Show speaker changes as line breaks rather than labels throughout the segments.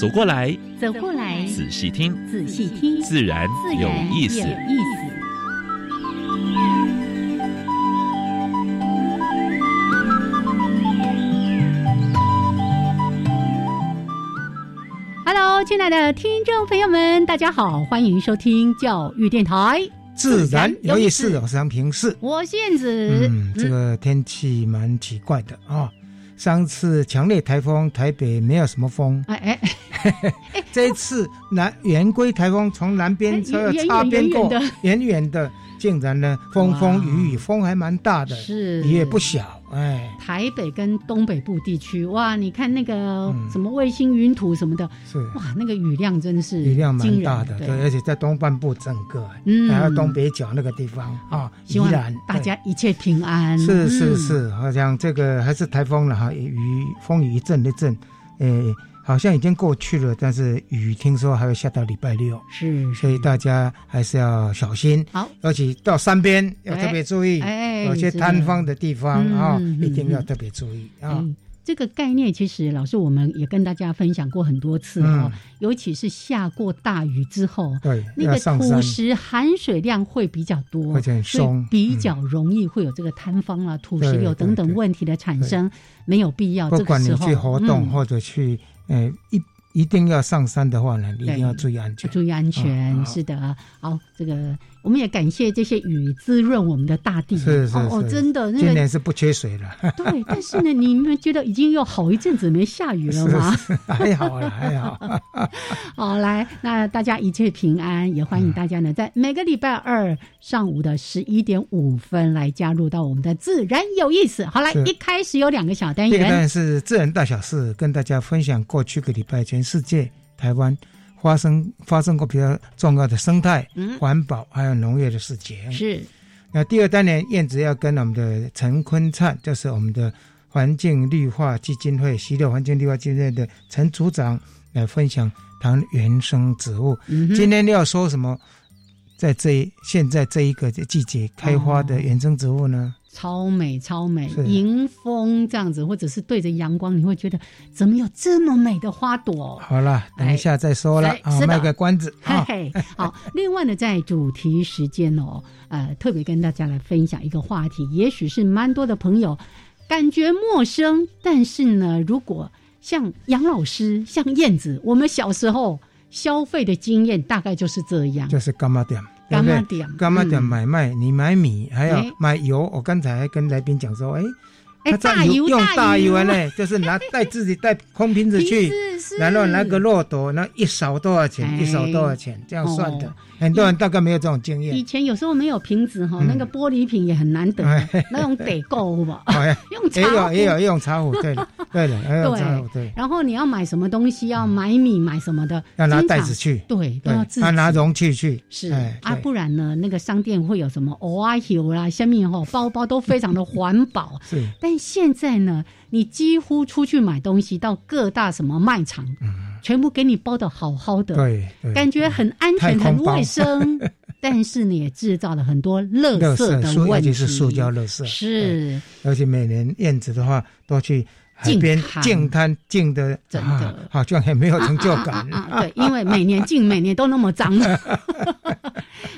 走过来，
走过来，
仔细听，
仔细听，
自然
自然
有意思
有。意思。Hello，亲爱的听众朋友们，大家好，欢迎收听教育电台，
自然有意思，我是杨平是。
我是燕子。
嗯，这个天气蛮奇怪的啊、上次强烈台风台北没有什么风，
哎哎，
这一次南圆规台风从南边
哎
车
远
擦边过
远远远远，
远远的，竟然呢风风雨雨，风还蛮大的，
是
雨也不小，哎，
台北跟东北部地区，哇，你看那个
嗯
什么卫星云图什么的，
是
哇，那个雨量真是
雨量蛮
惊人
大的，对，而且在东半部整个，哎
嗯
还有东北角那个地方啊，
希
宜
望
兰
大
对
家一切平安。
是是
嗯，
是，好像这个还是台风了哈，雨风雨一阵一阵，诶，好像已经过去了，但是雨听说还会下到礼拜六，
是
所以大家还是要小心，
好，
尤其到山边要
哎
特别注意，
哎
有些
是
塌方的地方啊、
嗯嗯
一定要特别注意啊。
哎这个概念其实老师我们也跟大家分享过很多次哦，尤其是下过大雨之后，
嗯对，
那
要
个
上
土
山，
石含水量会比较多，
而且很
所以
松嗯
比较容易会有这个塌方啦、土石
对
流等
对
等
对
问题的产生，没有必要。
不管
啊这个
你
时候
去活动、
嗯
或者去，诶，一一定要上山的话呢，你一定
对
要注意安全。
注意安全，
嗯好
是的。好，这个我们也感谢这些雨滋润我们的大地。
是是
哦哦，
是
真的，
今
那个
年是不缺水了，
对。但是呢，你们觉得已经有好一阵子没下雨了 吗？
还好了，还好。
好，来，那大家一切平安，也欢迎大家呢，在每个礼拜二上午的十一点五分来加入到我们的自然有意思。好，来，
是
一开始有两个小单
第一个当
元，
然是自然大小事，跟大家分享过去个礼拜全世界台湾发生发生过比较重要的生态、
嗯，
环保还有农业的事情。
是
那第二单元，燕子要跟我们的陈坤灿，就是我们的环境绿化基金会溪流环境绿化基金会的陈组长来分享谈原生植物。
嗯哼
今天要说什么？在这一现在这一个季节开花
哦
的原生植物呢？
超美超美
是，
迎风这样子，或者是对着阳光，你会觉得怎么有这么美的花朵？
好啦，等一下再说了
哎
啊
是，的
卖个关子
嘿
啊。
嘿，好。另外呢，在主题时间哦，呃，特别跟大家来分享一个话题，也许是蛮多的朋友感觉陌生，但是呢，如果像杨老师、像燕子，我们小时候消费的经验大概就是这样，
就是干妈点，对
干
不
妈
对？
点，
干妈点
嗯？
买卖，你买米，还有
哎
买油。我刚才还跟来宾讲说，哎，
哎，
他在
大油啊
用大
油
油呢，就是拿带自己带空瓶子去，
是是
然后拿个骆驼，那一勺多少钱？
哎
一勺多少钱？这样算的
哦。
很多人大概没有这种经
以
验，
前有时候没有瓶子哈，
嗯
那个玻璃瓶也很难得
哎，
那用得够吧，
好呀，
用茶
哦哎也有
壶
也有用茶壶， 对了对了，还有茶壶，对，嗯
然后你要买什么东西，要买米买什么的，
要拿
经
袋
常
子去，
对，都
对
要，哦自
他
己
拿容器去，
是
哎
啊，
对。
不然呢，那个商店会有什么欧啊、油啦、虾米吼，包包都非常的环保
是
但现在呢，你几乎出去买东西，到各大什么卖场，全部给你包的好好的，
嗯对对，
感觉很安全、
太空
很
包
卫 生。但是呢，也制造了很多垃
垃
圾
圾
的
塑，尤
问题，
其是塑胶垃圾，对
是
而且每年燕子的话都去海边
净滩
净滩净的，
真的
啊好像很没有成就感。
啊啊啊！对，因为每年进每年都那么脏。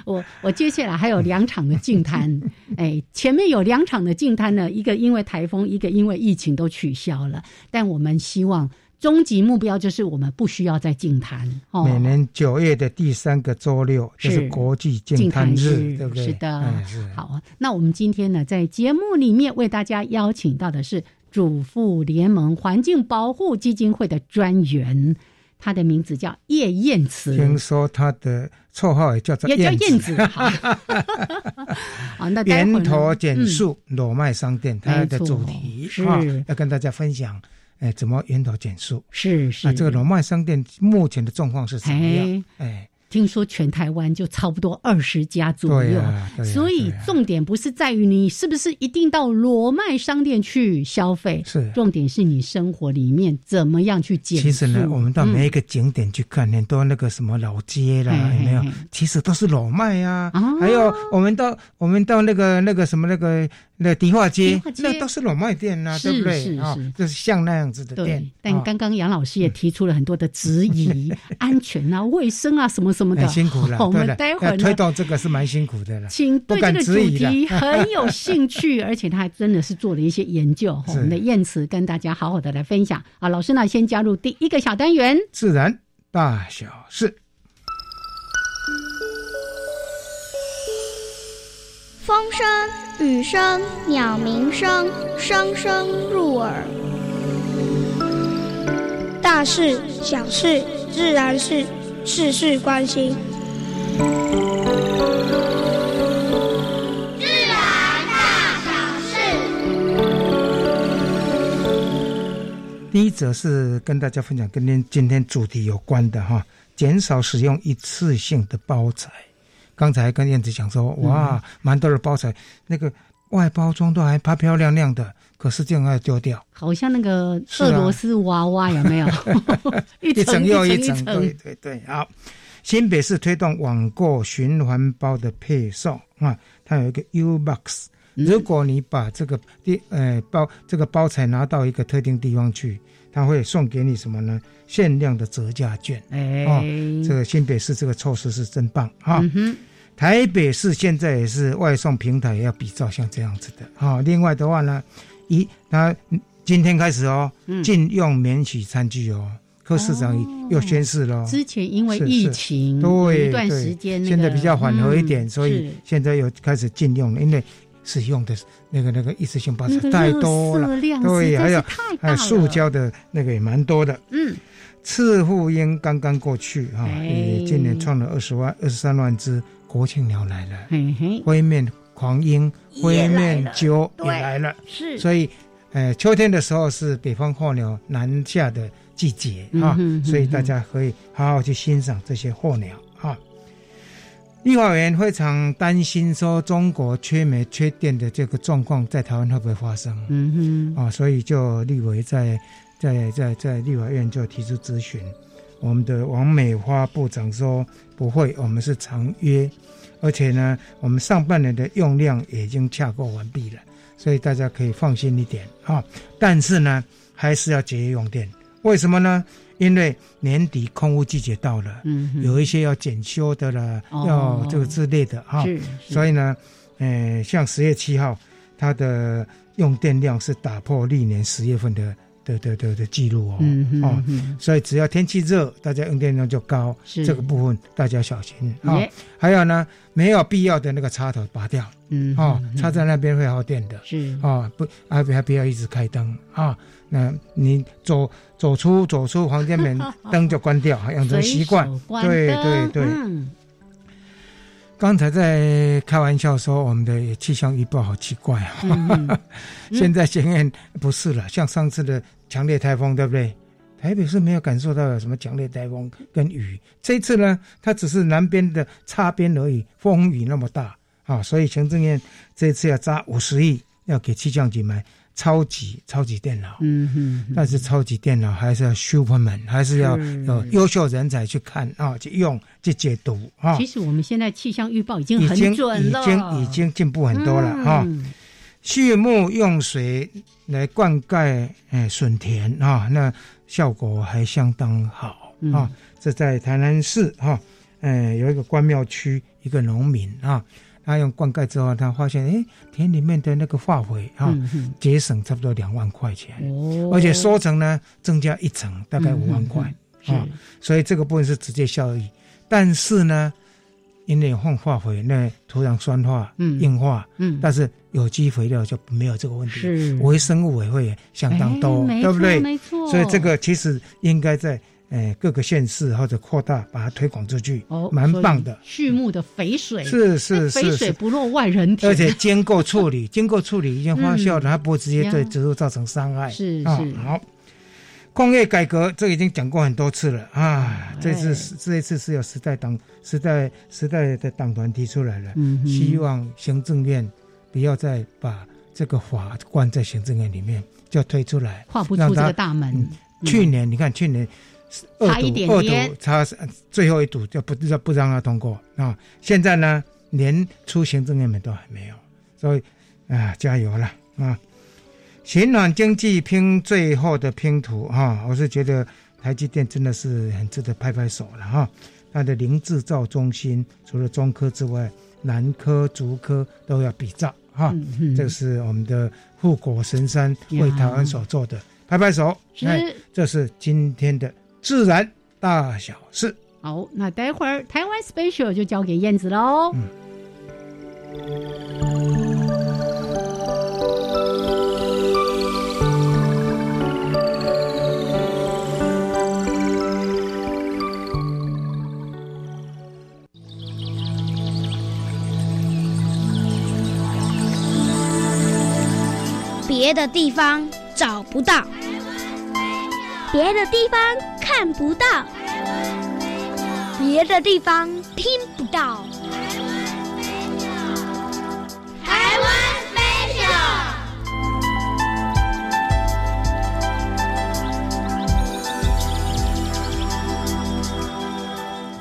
我我接下来还有两场的净滩，哎，前面有两场的净滩呢，一个因为台风，一个因为疫情都取消了。但我们希望终极目标就是我们不需要再净滩哦。
每年九月的第三个周六
是
就是国际净滩
净
日，
滩日
对不对？
是的
哎是
好，啊那我们今天呢，在节目里面为大家邀请到的是主妇联盟环境保护基金会的专员它的名字叫夜燕词，
听说他的绰号也叫做
也叫燕
燕子，
子。好， 好，那待会儿
源
呢
头简
嗯
述裸麦商店，它的主
没
题
错
啊
是，
要跟大家分享，哎，怎么源头简述？
是是
那这个裸麦商店目前的状况是什么样？
哎，
哎，
听说全台湾就差不多二十家左
对
右。
呀，对呀
所以
对呀
重点不是在于你是不是一定到罗麦商店去消费，
是
重点是你生活里面怎么样去减
其实呢，
速
我们到
嗯
每一个景点去看，很多那个什么老街啦，
嘿嘿
有没有
嗯嘿？
其实都是裸卖啊
哦。
还有我们到我们到那个那个什么那个那个迪化街
迪化，街
那都是裸卖店啊，
是
对不
是
对？啊
是，
就是像那样子的店
嗯对。，但
啊嗯
刚刚杨老师也提出了很多的质 疑，安全啊、卫生啊什么什么的，
很辛苦 了
好，我
对
们
了
待，会
要
儿
推
呢，
动这个是蛮辛苦的了。
请对
不
这
敢
个
质
主
疑啦
题 很有兴趣，而且他还真的是做了一些研 究。哦我
是
们的燕慈跟大家好好的来分享啊，老师呢先加入第一个小单元。
自然大小事，
风声、雨声、鸟鸣声，声声入耳。大事、小事、自然是事事关心。
第一则是跟大家分享跟今今天主题有关的哈，减少使用一次性的包材。刚才跟燕子讲说，哇，
嗯
蛮多的包材，那个外包装都还漂漂亮亮的，可是这样要丢掉，
好像那个
是啊
俄罗斯娃娃有没 有？一
一
层
层又
一层
层，对对对，好。新北市推动网购循环包的配送啊，它有一个 U box。如
嗯
果你把这个地呃包这个包材拿到一个特定地方去，它会送给你什么呢？限量的折价券。
哎，
哦这个啊新北市这个措施是真棒哈、
嗯哼，
台北市现在也是外送平台也要比照像这样子的哈、另外的话呢，一它今天开始哦，
嗯
禁用免洗餐具哦，柯市长
哦
又宣示了、哦。
之前因为
是是
疫情有
对，
一段
对
时间那个，
现在比较缓和一点，
嗯
所以啊
是
现在又开始禁用了，因为使用的那个那个一次性包
那
材
个
太
嗯热
多了，
色量
对
实在
还
是
有
太
还
大
有
了，
塑胶的那个也蛮多的。
嗯，
赤腹鹰刚刚过去哈，
哎
也今年创了二十万、二十三万只，国庆鸟来了，
嘿嘿，
灰面狂鹰、灰面鸠也来了，
是
所以。呃，秋天的时候是北方候鸟南下的季节啊，
嗯哼嗯哼
所以大家可以好好去欣赏这些候鸟啊。立法委员非常担心说，中国缺煤缺电的这个状况在台湾会不会发生？
嗯哼，
啊，所以就立委在在在在立法院就提出咨询，我们的王美花部长说不会，我们是长约，而且呢，我们上半年的用量已经洽购完毕了，所以大家可以放心一点啊。但是呢，还是要节约用电，为什么呢？因为年底空屋季节到了，
嗯哼，
有一些要检修的了，
哦
要这个之类的哈。
是，
啊所
以
以呢，呃，像十月七号，它的用电量是打破历年十月份的的的的的记录哦。
嗯哼
哦
嗯，哼，
所以只要天气热，大家用电量就高，
是
这个部分大家小心啊、
耶
还有呢，没有必要的那个插头拔掉
嗯
哦
哼，
插在那边会耗电的。
是
啊，不，啊，不要不要一直开灯啊。那你走走出走出房 间门，灯就关掉，养成习惯
随手。关
对对
灯
对，
嗯
刚才在开玩笑说我们的气象预报好奇怪啊、
嗯哼嗯
现在显然不是了，像上次的强烈台风，对不对？台北是没有感受到有什么强烈台风跟雨，这次呢，它只是南边的擦边而已，风雨那么大啊，所以行政院这次要砸五十亿，要给气象局买超级超级电脑，
嗯 哼，
但是超级电脑还是要 superman，还是要
是
有优秀人才去看啊，去用去解读啊。
其实我们现在气象预报已经
已经
很准了，
已经已经进步很多了啊哈、
嗯
畜牧用水来灌溉诶笋田哈、那效果还相当好啊、
嗯
这在台南市哈，嗯、有一个关庙区一个农民啊，他用灌溉之后，他发现诶田里面的那个化肥啊，
嗯哼
节省差不多两万块钱，
哦，
而且收成呢增加一成，大
嗯
概五万块。
是
啊所以这个部分是直接效益。但是呢，因为混化肥那土壤酸化、
嗯
硬化，
嗯，
但是有机肥料就没有这个问题，
是
微生物也会相当多，
哎没
对不
错
对？
没错，
所以这个其实应该在呃各个县市或者扩大把它推广出去，
哦，
蛮棒的。
所以畜牧的肥水
是是
那肥
是
水
是，
不落外人田，
而且经过处理，经过处理已经发酵了，它不会直接对
呀
植物造成伤害。
是
啊
是，
好。工业改革这个已经讲过很多次了
哎
啊，这次是这一次是由时代党时代时代的党团提出来了，
嗯哼，
希望行政院不要再把这个法关在行政院里面，就推出来。
跨不出
让
这
他
个大门
嗯。去年你看去年二
差一
赌
点
二
点
赌差最后一赌就不就不让他通过啊，现在呢连出行政院门都还没有，所以啊加油了啊！循环经济拼最后的拼图啊，我是觉得台积电真的是很值得拍拍手了哈、它的零制造中心除了中科之外，南科、竹科都要比照哈、
嗯嗯
这是我们的护国神山
呀
为台湾所做的，拍拍手。哎
是
这是今天的自然大小事。
好，那待会儿台湾 special 就交给燕子喽。
嗯
别的地方找不到，别的地方看不到，别的地方听不到。台湾 special。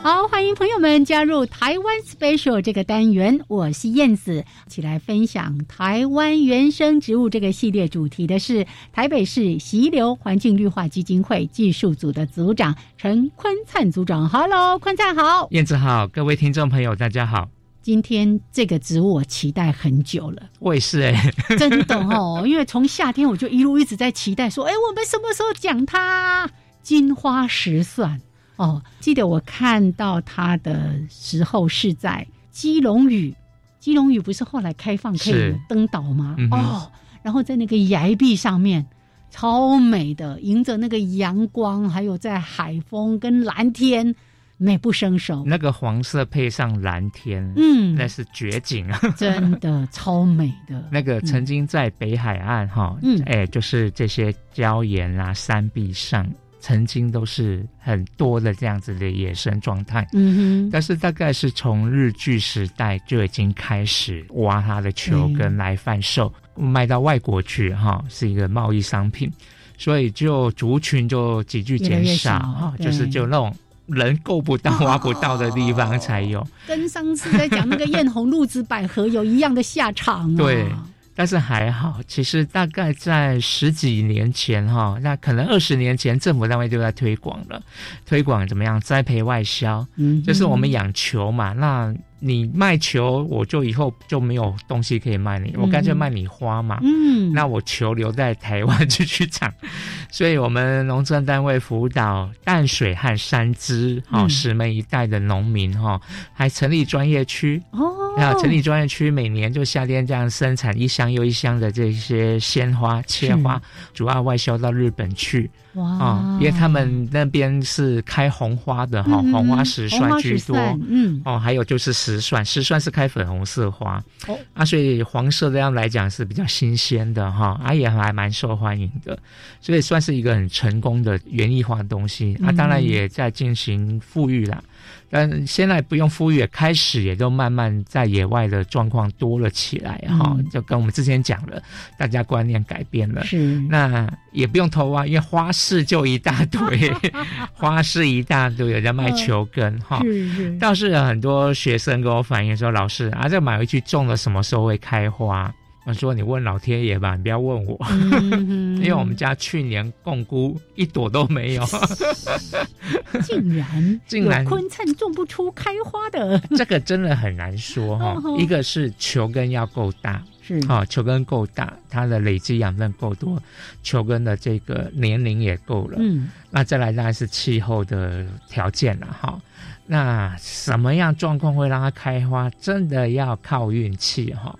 好，欢迎朋友们加入台湾 special 这个单元，我是燕子，一起来分享台湾原生植物这个系列主题的是台北市溪流环境绿化基金会技术组的组长陈坤灿组长。Hello，坤灿好。
燕子好，各位听众朋友，大家好。
今天这个植物我期待很久了。
我也是哎、
真的哦，因为从夏天我就一路一直在期待说，哎，我们什么时候讲它金花石蒜？哦，记得我看到它的时候是在基隆屿，基隆屿不是后来开放可以
是
登岛吗？
嗯哼
哦，然后在那个崖壁上面。超美的，迎着那个阳光，还有在海风跟蓝天，美不胜收。
那个黄色配上蓝天，
嗯，
那是绝景啊！
真的超美的。
那个曾经在北海岸哈，
嗯
哎、就是这些礁岩啊、山壁上，曾经都是很多的这样子的野生状态。
嗯哼，
但是大概是从日据时代就已经开始挖它的球根来贩售，卖到外国去哈，是一个贸易商品，所以就族群就急剧
越
减少
来越少
哈，
对
就是就那种人够不到、挖不到的地方才有。
跟上次在讲那个艳红露子百合有一样的下场、啊。
对但是还好，其实大概在十几年前哈，那可能二十年前政府单位就在推广了，推广怎么样栽培外销，
嗯哼，
就是我们养球嘛，那你卖球，我就以后就没有东西可以卖你，我干脆
嗯哼
卖你花嘛。
嗯，
那我球留在台湾继 续长，所以我们农政单位辅导淡水和三支哈、哦
嗯
石门一带的农民哈、哦，还成立专业区。
哦，
那成立专业区，每年就夏天这样生产一箱又一箱的这些鲜花、切花，
嗯
主要外销到日本去。
哇、
啊、因为他们那边是开红花的哈、
嗯
红花石蒜居多。
红花石蒜嗯，
哦，还有就是石蒜，石蒜是开粉红色花，
哦
啊，所以黄色这样来讲是比较新鲜的哈，啊也还蛮受欢迎的，所以算是一个很成功的园艺化的东西啊，
嗯
当然也在进行富裕啦，但现在不用富裕，开始也都慢慢在野外的状况多了起来哈、
嗯
就跟我们之前讲了，大家观念改变了，
是
那也不用偷啊，因为花市就一大 堆，花市一大堆，有在卖球根哈。
是是，
倒是有很多学生跟我反映说，老师啊，这买回去种了，什么时候会开花？我说你问老天爷吧，你不要问我，
嗯
因为我们家去年共菇一朵都没有。
竟然
竟然
有昆灿种不出开花的，
这个真的很难说哈、
哦嗯
一个是球根要够大，
是
好、球根够大，它的累积养分够多，球根的这个年龄也够了。
嗯
那再来当然是气候的条件了哈。那什么样状况会让它开花，真的要靠运气哈。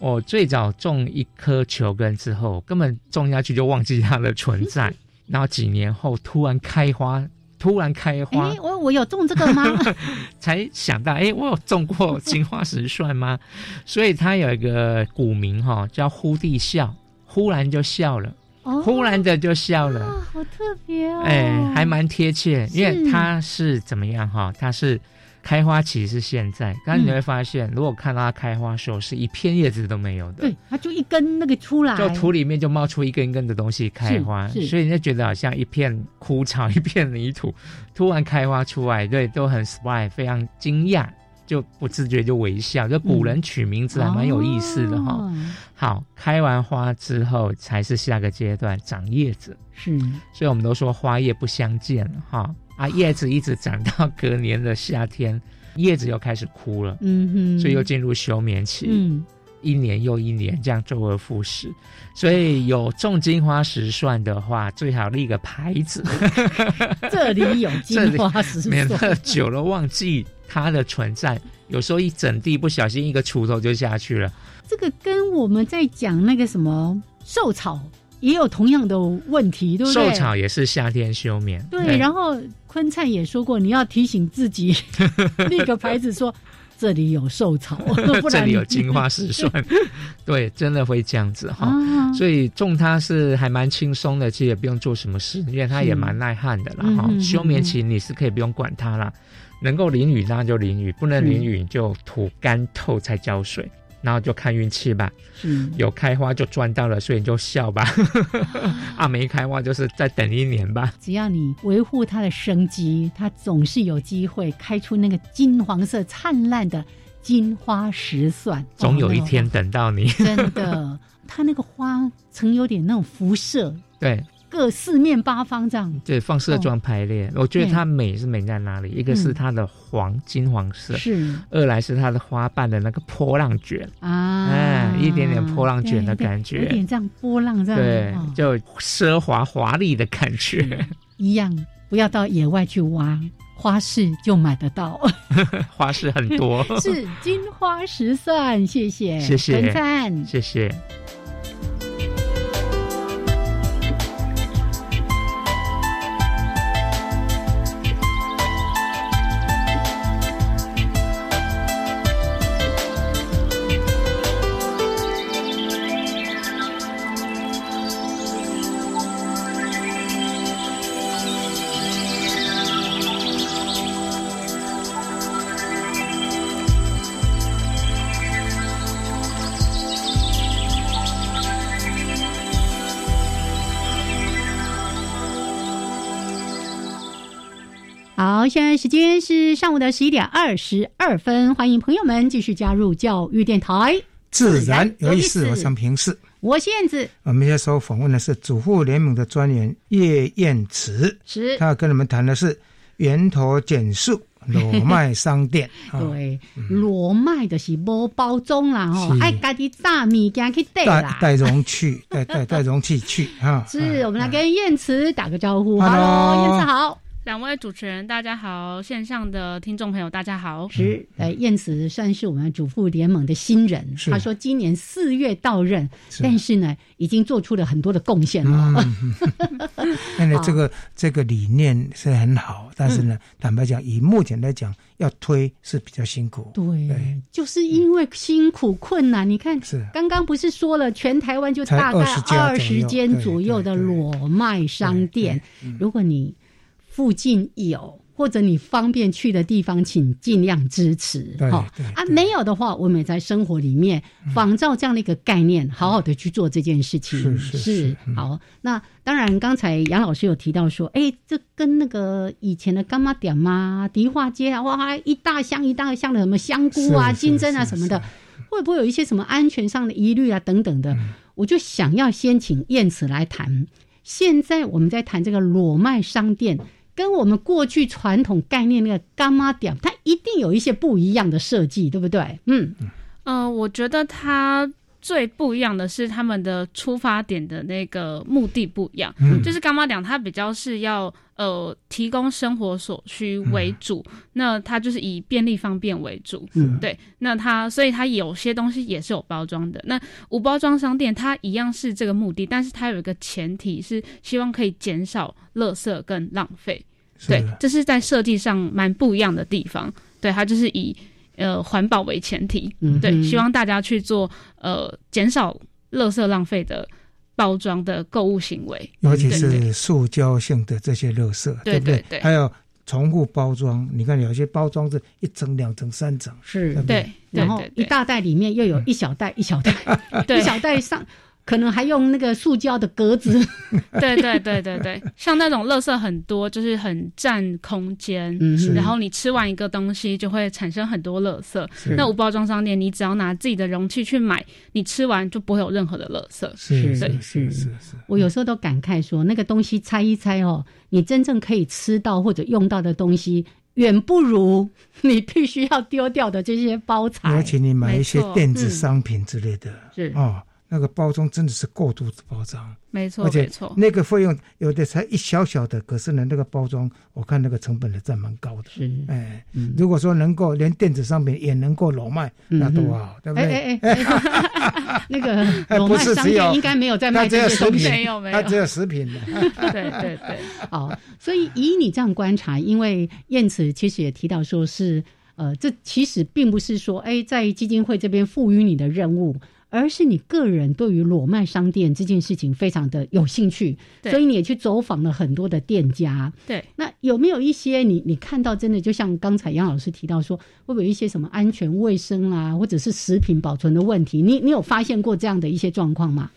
我最早种一颗球根之 后，根本种下去就忘记它的存在，然后几年后突然开花，突然开花
哎，，我我有种这 个吗？
才想到，哎，我有种过青花石蒜吗？所以它有一个古名哈、叫忽地笑，忽然就笑了，
哦，
忽然的就笑了。
啊，好特别哦，
哎、还蛮贴切，因为
是
它是怎么样哈？它是开花期是现在，但是你会发现，如果看到它开花的时候，是一片叶子都没有的
对，，它就一根那个出来，
就土里面就冒出一根一根的东西开花，
是是
所以你就觉得好像一片枯草， 一片泥土，突然开花出来，对，都很 spy，非常惊讶。就不自觉就微笑，就古人取名字还蛮有意思的哈、
哦
好，开完花之后才是下个阶段长叶子。
是
所以我们都说花叶不相见哈啊，叶子一直长到隔年的夏天，叶子又开始枯了，
嗯哼，
所以又进入休眠期，
嗯
一年又一年，这样周而复始。所以有种金花石蒜的话，最好立个牌子，
这里有
这
金
里
花石
免
蒜，
得久了忘记它的存在。有时候一整地不小心一个锄头就下去了，
这个跟我们在讲那个什么寿草也有同样的问题，对不对？
寿草也是夏天休眠。
对，然后昆灿也说过，你要提醒自 己立个牌子说这里有寿 草，不
这
然
里有金花石 蒜，对，真的会这样子哈。
啊，
所以种它是还蛮轻松的，其实也不用做什么事，因为它也蛮耐旱的啦
嗯
哈、
嗯嗯
休眠期你是可以不用管它啦，能够淋雨那就淋雨，不能淋雨你就土干透再浇水。然后就看运气吧，
是
有开花就赚到了，所以你就 笑吧。啊，没开花就是再等一年吧。
只要你维护它的生机，它总是有机会开出那个金黄色灿烂的金花石蒜。
总有一天
哦
等 到你。
那个花真 的，它那个花曾有点那种辐射，
对
各四面八方这样。
对，放射状排列，我觉得
对
它美是美在哪里？一个是
嗯
它的黄金黄色，
是
二来是它的花瓣的那个波浪卷。
啊，
哎一点点波浪卷的
对对
感觉
有点这样波浪这样，
对
哦，
就奢华华丽的感觉，
一样，不要到野外去挖，花市就买得到。
花式很多。
是金花石蒜，谢谢，
谢谢
陈灿，
谢谢。
好，现在时间是上午的十一点二十二分，欢迎朋友们继续加入教育电台，
自然有
自然有
意
意
思，
思
我想平视。
我是燕子，
我们这时候访问的是主妇联盟的专员叶燕慈，
是
啊
他跟我们谈的是源头减 速裸卖商店啊，
对，
嗯
裸卖的是无包装啦吼，
是
爱家己炸物件去带
带
啦。
带容器， 带带带容器去哈。
是
啊
我们来跟燕慈打个招呼
Hello
，Hello，燕慈好。
两位主持人，大家好，线上的听众朋友，大家
嗯
好。
是，呃，燕慈算是我们主妇联盟的新人，
是
他说今年四月到任，
是
但是呢，已经做出了很多的贡献了。
嗯，那
哦
你这个这个理念是很好，但是呢，
嗯
坦白讲，以目前来讲，要推是比较辛苦。对
对，就是因为辛苦困难，你看
是
刚刚不是说了，全台湾就
才
大概
20家
二十
左右
间左右的
对对对嗯
裸卖商店。如果你附近有或者你方便去的地方，请尽量支持
对
哈
对
啊！
对嗯
没有的话，我们也在生活里面仿照这样的一个概念，好好的去做这件事情。
是是是嗯
好。那当然，刚才杨老师有提到说，哎，这跟那个以前的干妈点啊、迪化街啊，哇，一大箱一大箱的什么香菇啊、
是是
金针啊
是
什么的
是。
会不会有一些什么安全上的疑虑啊等等的？
嗯
我就想要先请燕慈来谈。现在我们在谈这个裸卖商店，跟我们过去传统概念那个干妈店，它一定有一些不一样的设计，对不对？嗯，
呃，我觉得它最不一样的是他们的出发点的那个目的不一样，
嗯
就是干妈讲它比较是要呃提供生活所需为主，那它就是以便利方便为主。
嗯
对，那它所以它有些东西也是有包装的。那无包装商店它一样是这个目的，但是它有一个前提是希望可以减少垃圾跟浪费。
是
对，这是在设计上蛮不一样的地方。对，它就是以呃环保为前提，
嗯
对，
哼
希望大家去做呃减少垃圾浪费的包装的购物行为，
尤其
嗯对对
是塑胶性的这些垃圾，
对
不对？
对对
还有重复包装，你看有些包装是一层、两层、三层，
是
对嗯
对，对
嗯然后
对
一
对
大袋里面又有一小袋一小袋一
对
小袋上，可能还用那个塑胶的格子，
对对对对对，像那种垃圾很多，就是很占空间，
嗯
是
然后你吃完一个东西就会产生很多垃圾。
是
那无包装商店，你只要拿自己的容器去买，你吃完就不会有任何的垃圾。
是
是是是
是
是是，
我有时候都感慨说，那个东西拆一拆哦，你真正可以吃到或者用到的东西，远不如你必须要丢掉的这些包
尤
材。
其你买一些
没错
电子
嗯
商品之类的，
是
哦，那个包装真的是过度包装，
没
而，
错没
且
错，
那个费用有的才一小小的，可是呢，那个包装我看那个成本也占蛮高的。
是，
哎，
嗯
如果说能够连电子商品也能够裸卖，那多
啊！
好，对不
哎
对？
哎哎哎， 那个
哎
裸
不
卖
是
商
只有
店应该没有在卖
那只
这
有
些
食
东
品
西。
没有没嗯
它
有，
只有食品的，
对对对，
哦，所以以你这样观察，因为燕慈其实也提到说是，呃，这其实并不是说，哎，在基金会这边赋予你的任务，而是你个人对于裸卖商店这件事情非常的有兴趣，
对
所以你也去走访了很多的店家。
对，
那有没有一些你你看到真的，就像刚才杨老师提到说，会不会有一些什么安全卫生啦、或者是食品保存的问题？你你有发现过这样的一些状况吗？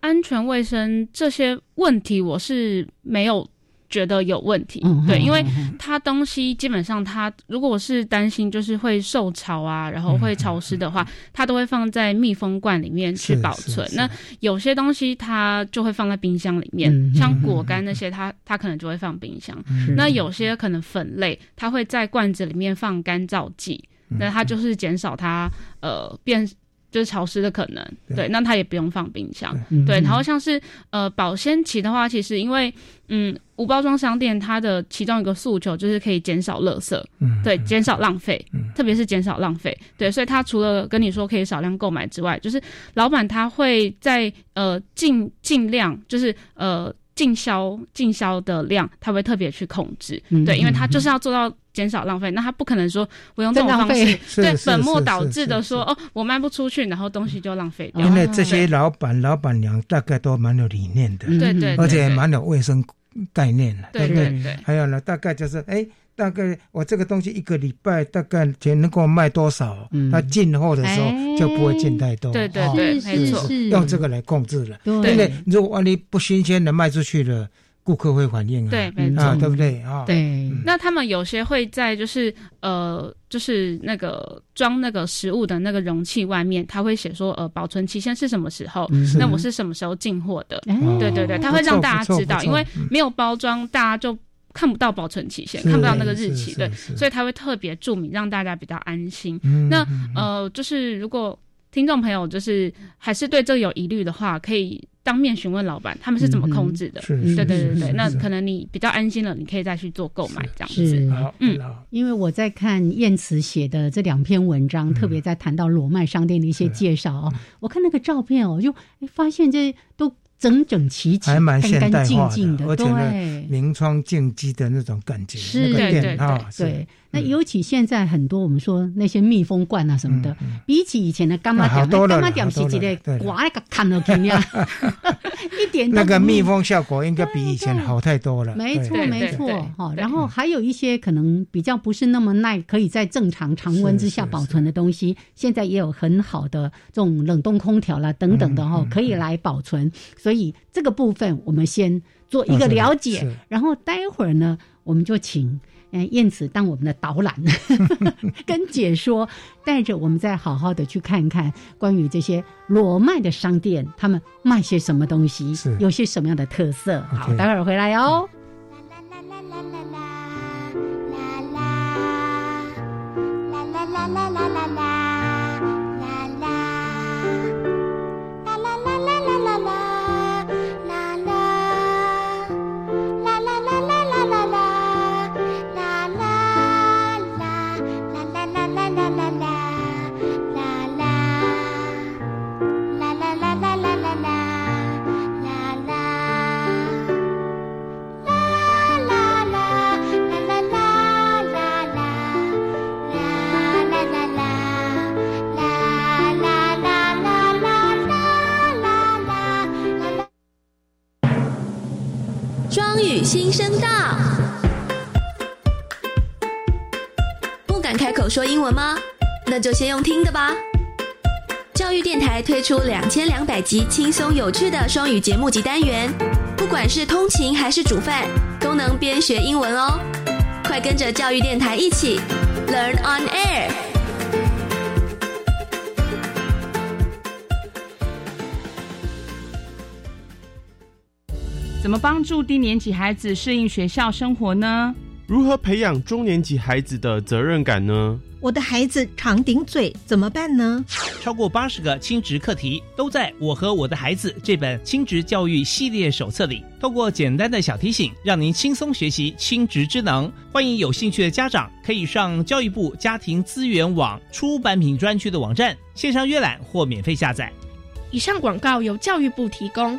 安全卫生这些问题，我是没有觉得有问题。
嗯，
对，
哼
因为
哼哼
它东西基本上它，如果我是担心就是会受潮啊，然后会潮湿
嗯
的话，它都会放在密封罐里面去
是
保
是
存。
是
那有些东西它就会放在冰箱里面，
嗯
像果干那些，它它可能就会放冰箱。
是
那有些可能粉类，
嗯
它会在罐子里面放干燥剂，
嗯
那它就是减少它呃变就是潮湿的可能。
对
对，那它也不用放冰箱。
嗯
对，
哼
然后像是呃保鲜期的话，其实因为嗯无包装商店它的其中一个诉求就是可以减少垃圾，
嗯，
对，减少浪费
嗯，
特别是减少浪费，对，所以它除了跟你说可以少量购买之外，就是老板他会在呃尽尽量就是呃进销进销的量，他会特别去控制
嗯，
对，因为他
嗯
就是要做到减少浪费，那他不可能说我用这
再浪
种方
费
式。
是
对
是，
本末
是
倒
是
置
是
的
是
说，哦，我卖不出去，然后东西就浪费掉。
因为这些
对
老板、老板娘大概都蛮有理念的，
嗯
对对，
而
对
且
对
蛮有卫生概念的，
对
不
对
对？
对
还有呢，大概就是哎。大概我这个东西一个礼拜大概全能够卖多少？
嗯
它进货的时候就不会进太多。
对对
哦
对，
是
没
是
错，
是
用这个来控制了。
对
因为如果万一不新鲜的卖出去了，顾客会反应啊，
对没
嗯
错。
啊，对不对啊？，
对，
那他们有些会在就是呃，就是那个装那个食物的那个容器外面，他会写说呃，保存期限是什么时候，
嗯
那我是什么时候进货的。
哎
哦
对对对，他
不
会让
错
大
不
家
错
知
不
道，
错
因为
嗯
没有包装，大家就看不到保存期限，看不到那个日期，对，
以
所以他会特别注明，让大家比较安心。那
那
呃，就是如果听众朋友就是还是对这个有疑虑的话，可以当面询问老板他们是怎么控制的。
嗯是，
对对
是
对
是
对，
是
那
是
可能你比较安心了，你可以再去做购买这样子。
是
好，
嗯
好，
因为我在看燕慈写的这两篇文
嗯
章，特别在谈到裸卖商店的一些介绍哦，我看那个照片哦，就哎发现这都整整齐齐、
还蛮现代
干
化
干
的
净净
而且呢
对。
明窗净机的那种感觉，
是
那个
对对
店啊，是
对，那尤其现在很多我们说那些密封罐啊什么的，
哎
嗯嗯
比起以前的干妈
啊好
店，
多了
干
啦
妈店是
好
一
多了
个
对了
刮那个砍了去 呀，一点都
那个
不密
密封效果应该比以前好太多了，
没错，
对
对
没错
对对，
哈。
对
然后还有一些可能比较不是那么耐，可以在正常常温之下
是是
保存的东西，现在也有很好的这种冷冻空调啦等等的哈
嗯，嗯
可以来保存。所以这个部分我们先做一个了解，
嗯是
然后待会儿呢，我们就请。嗯，燕子当我们的导 览跟解说，带着我们再好好的去看看关于这些裸卖的商店，他们卖些什么东西
是，
有些什么样的特色。好，
OK
待会儿回来哦。
la la la 庄语新声道。不敢开口说英文吗？那就先用听的吧。教育电台推出两千两百集轻松有趣的双语节目及单元，不管是通勤还是煮饭，都能边学英文哦。快跟着教育电台一起 learn on air。
怎么帮助低年级孩子适应学校生活呢？
如何培养中年级孩子的责任感呢？
我的孩子常顶嘴怎么办呢？
超过八十个亲职课题都在我和我的孩子这本亲职教育系列手册里。透过简单的小提醒，让您轻松学习亲职之能。欢迎有兴趣的家长可以上教育部家庭资源网出版品专区的网站线上阅览或免费下载。
以上广告由教育部提供。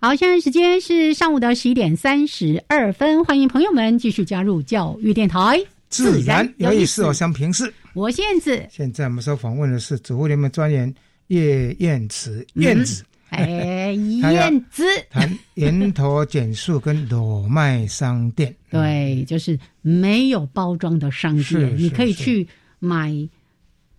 好，现在时间是上午的十一点三十二分，欢迎朋友们继续加入教育电台，
自然有意思。我想平视。
我燕子。
现在我们所访问的是主妇联盟专员叶燕慈，燕
嗯
子，
哎，燕子，
谈源头减速跟裸卖商 店。
对，就是没有包装的商
是
店，你
是
可以
是
去买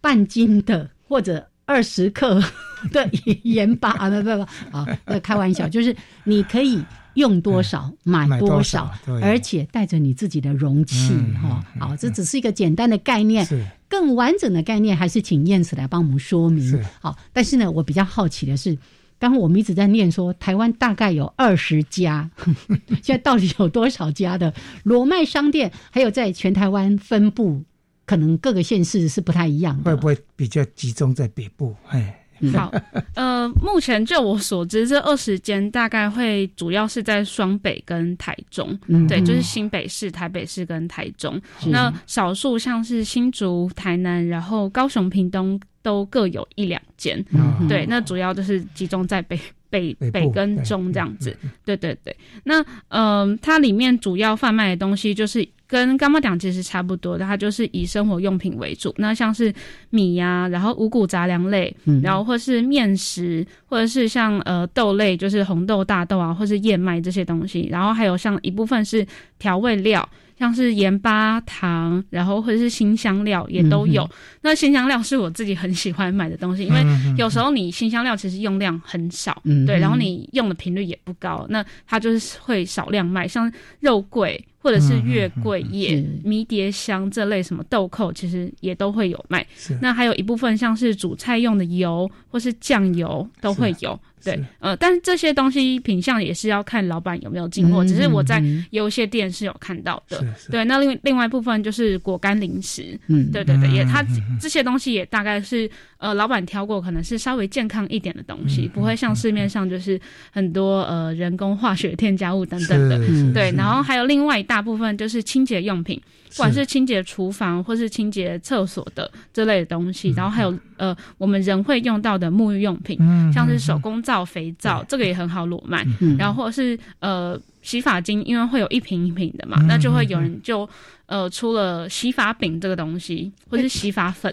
半斤的或者二十克 的盐巴啊，不不不，啊，那开玩 笑，就是你可以用多少买
嗯买
多
多
少
少，对
而且带着你自己的容器
嗯
哈。好，这只是一个简单的概念，
是
更完整的概念还是请燕子来帮我们说明
是。
好，但是呢，我比较好奇的是。刚刚我们一直在念说，台湾大概有二十家， 现在到底有多少家的裸卖商店？还有在全台湾分布，可能各个县市是不太一样的。
会不会比较集中在北部？哎，
好，呃，目前就我所知，这二十间大概会主要是在双北跟台中，
嗯
对，
嗯
就是新北市、台北市跟台中。
是
那少数像是新竹、台南，然后高雄、屏东都各有一两间。
嗯
对，那主要就是集中在北北
北部哎
北跟
对嗯
中这样子。对对对，那嗯、呃它里面主要贩卖的东西就是跟干妈讲其实差不多的，它就是以生活用品为主。那像是米呀、然后五谷杂粮类，
嗯
然后或是面食，或者是像呃豆类，就是红豆、大豆啊，或是燕麦这些东西。然后还有像一部分是调味料。像是盐巴、糖，然后或者是新香料也都有。
嗯
那新香料是我自己很喜欢买的东西，因为
嗯
有时候你新香料其实用量很少，
嗯
对，然后你用的频率也不高，那它就是会少量卖，像肉桂或者是月桂叶、
嗯嗯嗯嗯
迷迭香这类什么豆蔻，其实也都会有卖。
是
那还有一部分像是煮菜用的油或是酱油都会有，
是
对
是，
呃，但是这些东西品相也是要看老板有没有进货，
嗯
只是我在
嗯
有一些店是有看到的。
是是，
对，那另另外一部分就是果干零食，
嗯，
对对对，也
嗯
它
嗯嗯
这些东西也大概是呃，老板挑过，可能是稍微健康一点的东西，
嗯
不会像市面上就是很多呃人工化学添加物等等的。
是是
对，
是
然后还有另外一大部分就是清洁用品，不管
是
是清洁厨房或是清洁厕所的这类的东西，然后还有呃我们人会用到的沐浴用品，
嗯嗯
像是手工皂、肥皂，这个也很好裸卖。
嗯
然后或者是呃洗发精，因为会有一瓶一瓶的嘛，
嗯
那就会有人就呃出了洗发饼这个东西，或是洗发粉，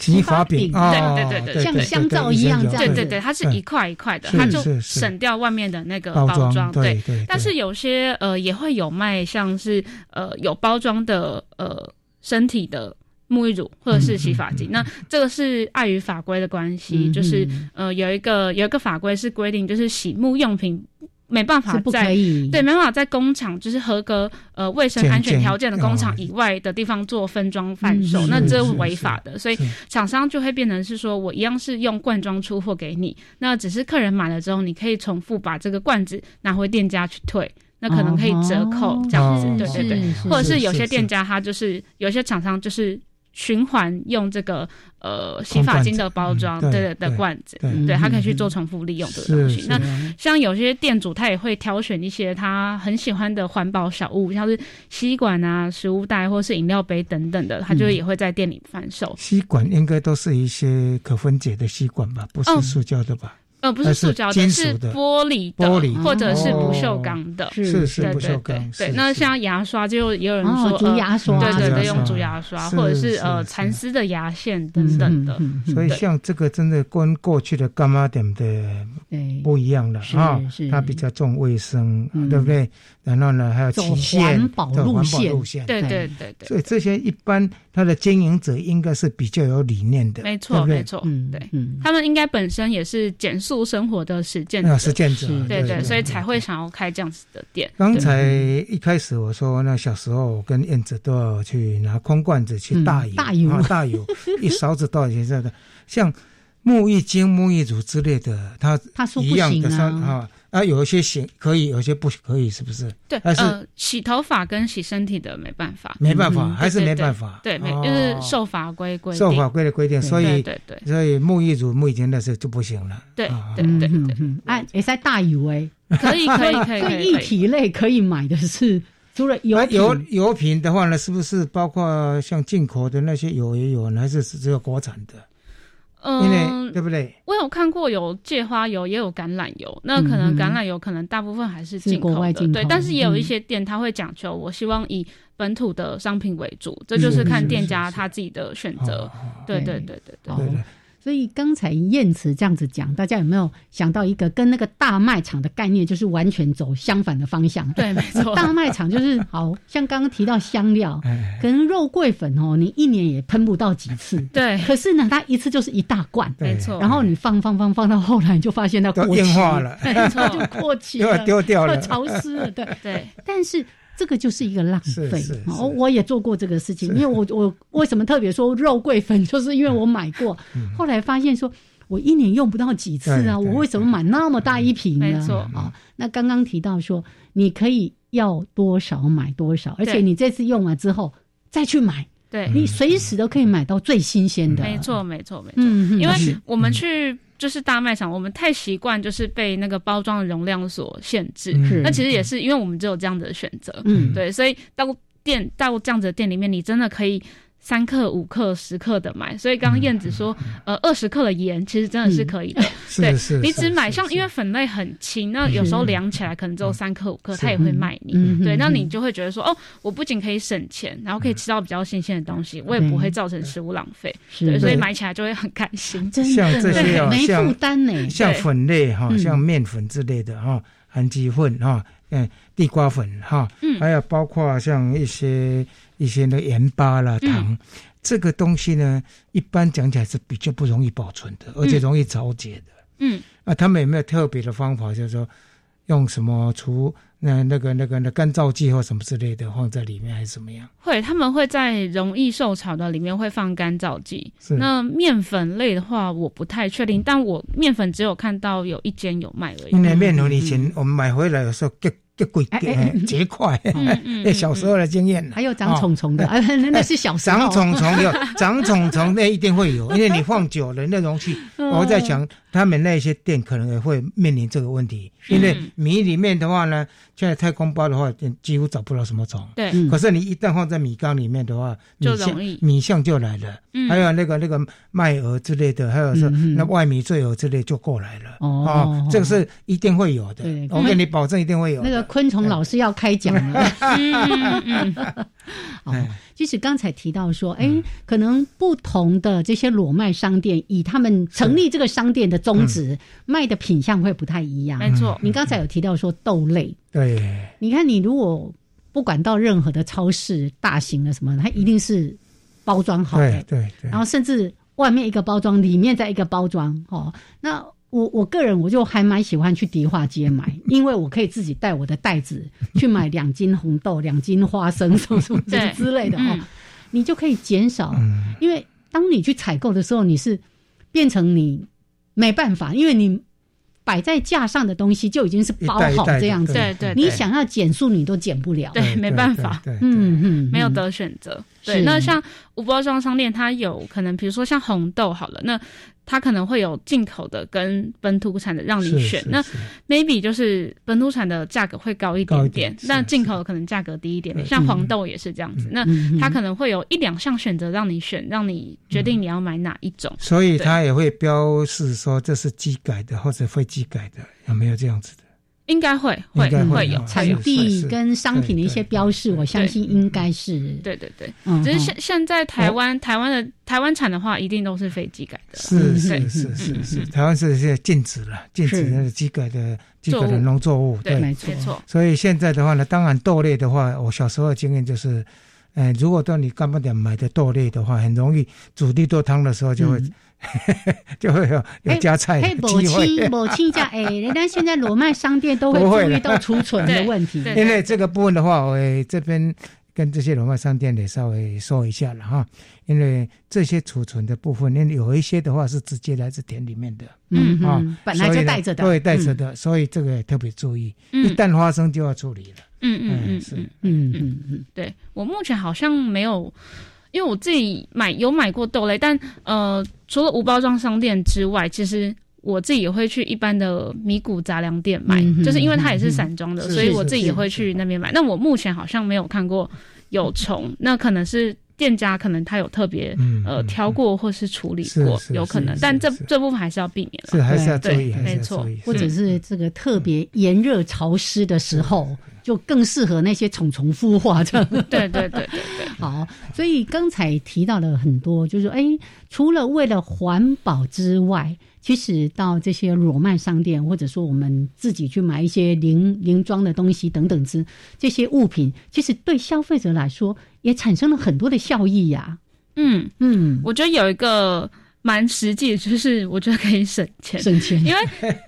洗发嗯饼
对
哦
对对对
像香皂一样这样
对
子
对对，它是一块一块的，
是
它就是
是
省掉外面的那个
包
包
装，
装，对
对。
哎
对，
但是有些呃也会有卖，像是呃有包装的呃身体的沐浴乳或者是
嗯
洗发精。那这个是碍于法规的关系，就是
嗯
呃，有一个有一个法规是规定，就是洗沐用品没办法
是不
在
可以
对没办法在工厂就是合格呃卫生安全条件
哦
的工厂以外的地方做分装贩售，
嗯
那
是
这
是
是违法的，所以厂商就会变成是说我一样是用罐装出货给你，那只是客人买了之后，你可以重复把这个罐子拿回店家去退。那可能可以折扣
哦
这样子，
是
对对对
是，是
或者
哦是
是有
是
些店
是
家他就是有些厂商就是循环用这个呃洗发精的包装，
空罐子嗯
对
对
对的
对
罐子，
对
对，他可以去
嗯
做重复利用的
是
东西
是。
那像有些店主他也会挑选一些他很喜欢的环保小物，像是吸管啊、食物袋或是饮料杯等等的，他就
嗯
也会在店里贩售。
吸管应该都是一些可分解的吸管吧，不是
哦
塑胶的吧？
呃，不是
还
塑胶
金
的，
属
是
的
玻璃的，
玻璃
或者是不
哦
锈钢的，
是是是
对
不
对
锈钢
对
是
对，那
是
像牙刷，就也有人
哦
说
竹
呃
牙刷
对对对，
牙
用
刷
竹牙刷，
是
或者是
是
呃
是
蚕丝的牙线等
嗯
等的。
所以
嗯对
像这个真的跟过去的干妈点的
对
不一样了
是
啊
是，
它比较重卫生，
嗯
对不对？然后呢，还有
走
期限
环保
走
路
环保
线
路线，
对对对对，
所以这些一般它的经营者应该是比较有理念的，
没
对
错
不对
没错，
嗯
对。
嗯，
他们应该本身也是减速生活的实践
那
者，
实啊践
是，
者
对
对
对，所以才会想要开这样子的店。
刚
对
才一开始我说，那小时候我跟燕子都要去拿空罐子去大油，
嗯大油
啊 大油一勺子倒进去的，像沐浴精、沐浴乳之类的，它
他说
一
不
样的
行
它
啊，
啊啊，有一些行可以，有一些不可以，是不
嗯
是？
对，
还是
呃，洗头发跟洗身体的没办法，
没办法，
嗯
还是
对
没
对
办法，
对，没
哦
就是受法规规定，
受法规的规定，
对
所
对
以
对对
所以沐浴乳、沐浴精那是就不行了。
对
啊
对对对，
嗯，哎，也在大油哎，
可以可以可以可
所以
以
液
可以，
体类可以买的是除了油
那油
品
油品的话呢，是不是包括像进口的那些油也有呢，还是只有国产的？因为
嗯
对。不对？
我有看过有芥花油，也有橄榄油。那可能橄榄油可能大部分还是进口
是国外
的，
进口
对。但是也有
嗯
一些店他会讲求，我希望以本土的商品为主，这就是看店家他自己的选择。对对对对对
好。所以刚才燕慈这样子讲，大家有没有想到一个跟那个大卖场的概念就是完全走相反的方向？
对，没错。
大卖场就是好像刚刚提到香料，
哎，
可能肉桂粉哦，你一年也喷不到几次，
对，
可是呢，它一次就是一大罐，
对
没错。
然后你放放放放到后来，你就发现它
都
过期
硬化了，
没
它
错，
就过期
又要
了，
丢掉
或
了
者。潮湿了， 对。
对，
但是这个就是一个浪
是
费
是。
哦，
是
我也做过这个事情，
是
因为我我为什么特别说肉桂粉， 就是因为我买过，
嗯
后来发现说。我一年用不到几次
对
啊，
对
我为什么买那么大一瓶呢？
没错
啊、那刚刚提到说，你可以要多少买多少，而且你这次用完之后再去买，
对，
嗯
你随时都可以买到最新鲜的。
没，错，没错，没错。
嗯，
因为
是
我们去就是大卖场，我们太习惯就是被那个包装的容量所限制。
嗯
那其实也是因为我们只有这样的选择，
嗯
对，所以到店到这样子的店里面，你真的可以。三克、五克、十克的买，所以刚刚
嗯
燕子说，呃，二十克的盐其实真的是可以的。
是
对
是是，
你只买
是
像，
是
因为粉类很轻，那有时候量起来可能只有三克、五克，它也会卖你。
嗯嗯
对，
嗯
那你
嗯
就会觉得说，哦，我不仅可以省钱，然后可以吃到比较新鲜的东西，我也不会造成食物浪费。对，
嗯是，
所以买起来就会很开心。
真的
像这些啊
没
像
负担呢。
像粉类哈，
嗯
像面粉之类的哈，含鸡粉哈，嗯，地瓜粉哈，
嗯
哎
还有包括像一些一些那个盐巴啦、
嗯
糖，这个东西呢，一般讲起来是比较不容易保存的，而且容易潮解的。
嗯，
啊，他们有没有特别的方法，就是说用什么除那那个那个那干燥剂或什么之类的放在里面，还是怎么样？
会，他们会在容易受潮的里面会放干燥剂。
是
那面粉类的话，我不太确定，但我面粉只有看到有一间有卖而已。
因为面粉以前我们买回来有时候结结贵
哎哎哎
结块，
嗯嗯
那小时候的经验啦
还有长虫虫的，啊，那那是小时候
哦长虫虫 有，长虫虫那一定会有，因为你放久了那容器。
嗯
我在想，他们那些店可能也会面临这个问题，因为米里面的话呢，现在太空包的话，几乎找不到什么虫。
对，
嗯
可是你一旦放在米缸里面的话，米
就
象
容易
米象就来了，
嗯
还有那个那个麦蛾之类的，还有是
嗯嗯
那外米醉蛾之类就过来了。
哦
啊这个是一定会有的
对，
我跟你保证一定会有的。
那个昆虫老师要开讲了。
嗯嗯嗯，
哦， 即使刚才提到说，
嗯
哎、可能不同的这些裸卖商店，以他们成立这个商店的宗
嗯
旨，卖的品相会不太一样。
没错。
你刚才有提到说豆类，
对。
你看你如果不管到任何的超市、大型的什么，它一定是包装好的哎
对，对对，
然后甚至外面一个包装，里面再一个包装，哦，那我我个人我就还蛮喜欢去迪化街买，因为我可以自己带我的袋子去买两斤红豆、两斤花生什么什么什么之类的哦，
嗯
你就可以减少，
嗯
因为当你去采购的时候，你是变成你没办法，因为你摆在架上的东西就已经是包
一袋一
好
袋的
这样子，
对对对
你想要减速你都减不了，
对，没办法，
嗯嗯，
没有得选择。对，
是
那像无包装商店，它有可能，比如说像红豆好了，那它可能会有进口的跟本土产的让你
是
选
是。
那
是
maybe 就是本土产的价格会高一
高一
点
点
点，
是
那进口的可能价格低一点点。
对
像黄豆也是这样子，那
嗯嗯
它可能会有一两项选择让你选，让你决定你要买哪一种。
所以
对
它也会标示说这是机改的或者非机改的，有没有这样子的？
应该会会
应该会
有
哦
会
产
有
地跟商品的一些标示，我相信应该是
对对对
嗯，
只是
嗯
现现在台
哦
湾台湾的台湾产的话，一定都是飞机改的啦。
嗯
是
对
是是是是，台湾是现在禁止了，禁止那个机改的机改的农作物，
对
对，
没错没错
所以现在的话呢，当然豆类的话，我小时候的经验就是，嗯，如果到你干巴点买的豆类的话，很容易煮绿豆汤的时候就会 就会有有加菜
嗯嘿，
的
某
机
亲
会。
某亲 家，哎，人家现在裸卖商店都会
不会
注
啦，
意到储存的问题
因为这个部分的话，我也这边跟这些龙脉商店得稍微说一下了哈，因为这些储存的部分，因为有一些的话是直接来自田里面的，
嗯
啊
嗯，本来就
所以呢
带着的嗯
对，带着的，所以这个也特别注意，
嗯
一旦发生就要处理了。
嗯嗯嗯
哎是
嗯
嗯嗯嗯，
对我目前好像没有，因为我自己买有买过豆类，但呃，除了无包装商店之外，其实。我自己也会去一般的米谷杂粮店买，
嗯哼
就是因为它也是散装
嗯
的，
哼
所以
是是
我自己也会去那边买。那我目前好像没有看过有虫，那可能是店家可能他有特别、
嗯
呃挑过或是处理
是
过，
是
有可
是
能
是，
但这这部分还是要避免了。
是还是要
对
注意还是要
没错
注意，
或者是这个特别炎热潮湿的时候，就更适合那些虫虫孵化这样。
对对对对对，
好，所以刚才提到了很多，就是说，哎，除了为了环保之外，其实到这些裸卖商店，或者说我们自己去买一些零零装的东西等等之这些物品，其实对消费者来说也产生了很多的效益呀、
嗯
嗯，
我觉得有一个蛮实际的，就是我觉得可以省钱，
省钱
因为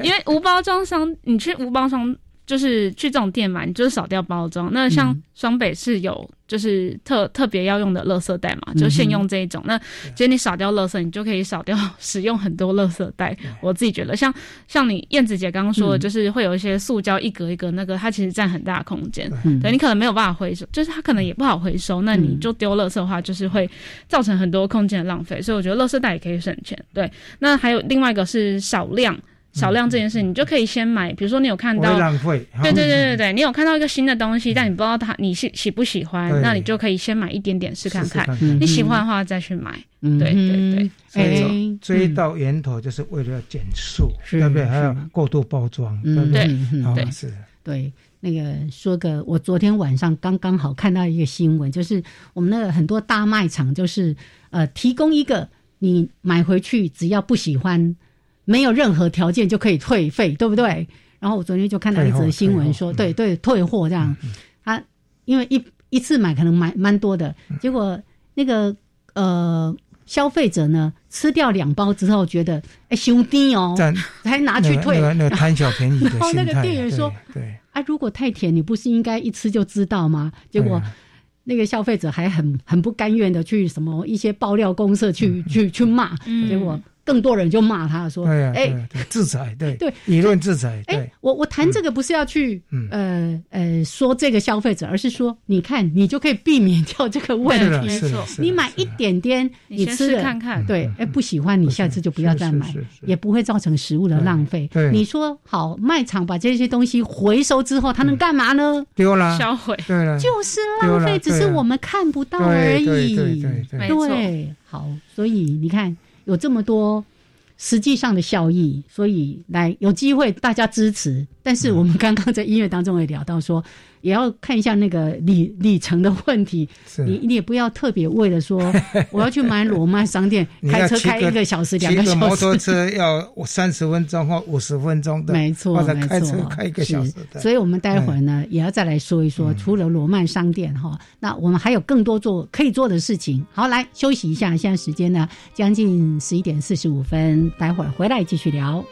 因为无包装商，你去无包装就是去这种店买，你就是少掉包装。那
嗯
像双北是有就是特特别要用的垃圾袋嘛，
嗯哼
就现用这一种。那其实你少掉垃圾，你就可以少掉 使用很多垃圾袋。我自己觉得，像像你燕子姐刚刚说的，
嗯
就是会有一些塑胶一格一格那个，它其实占很大的空间，
嗯
对你可能没有办法回收，就是它可能也不好回收。那你就丢垃圾的话，就是会造成很多空间的浪费。所以我觉得垃圾袋也可以省钱。对，那还有另外一个是少量。少量这件事，你就可以先买，比如说你有看
不
到
会浪费。哈
对对对对对，你有看到一个新的东西，但你不知道它你喜喜不喜欢
对，
那你就可以先买一点点试看看
试试看嗯看，
你喜欢的话再去买。
嗯，
对对对，
所以
哎
说追到源头就是为了减速，对不对？还有过度包装，
嗯
对不对
对？嗯
啊
对
是
对，那个说个，我昨天晚上刚刚好看到一个新闻，就是我们那个很多大卖场，就是呃，提供一个你买回去只要不喜欢，没有任何条件就可以退费，对不对？然后我昨天就看到一
退
则
货
新闻
嗯
说，对对，退货这样，啊，因为一一次买可能买蛮多的，
嗯
结果那个呃。消费者呢，吃掉两包之后觉得哎，兄弟哦
占，
还拿去
那个
退，
那个 那个贪小便宜的
然后那
心
个
态
店员
对
说：“
对，
啊，如果太甜，你不是应该一吃就知道吗？结果
啊
那个消费者还很很不甘愿的去什么一些爆料公社去、去去骂，
嗯
结果更多人就骂他说：“
对啊，
哎、
对啊对制裁，对
对
理论制裁，
哎、
对，嗯
我我谈这个不是要去、呃呃说这个消费者，而是说你看你就可以避免掉这个问
是的
题。
是的是的是的
你买一点点，
你
你
先
吃
试
了
看看
对，哎、不喜欢你下次就不要再买，也不会造成食物的浪费。
对对
你说好，卖场把这些东西回收之后，它
嗯
能干嘛呢？
丢了，
销毁，
对了，
就是
丢
浪
了
费，只是
嗯对啊
我们看不到
对
而已。
对对对对没错
对好，所以你看有这么多实际上的效益，所以来有机会大家支持。但是我们刚刚在音乐当中也聊到说， 也要看一下那个里里程的问题。你你也不要特别为了 说我要去买罗曼商店，
你
开
要
车
骑
开一个小时、两
骑个
小
摩托
时。
车要三十分钟或五十分钟的，
没错，
或者
没
开车
错
开一个小时哎嗯
是
的。
所以，我们待会儿呢，也要再来说一说，除了罗曼商店哈，那我们还有更多做可以做的事情。好，来休息一下，现在时间呢将近十一点四十五分，待会儿回来继续聊。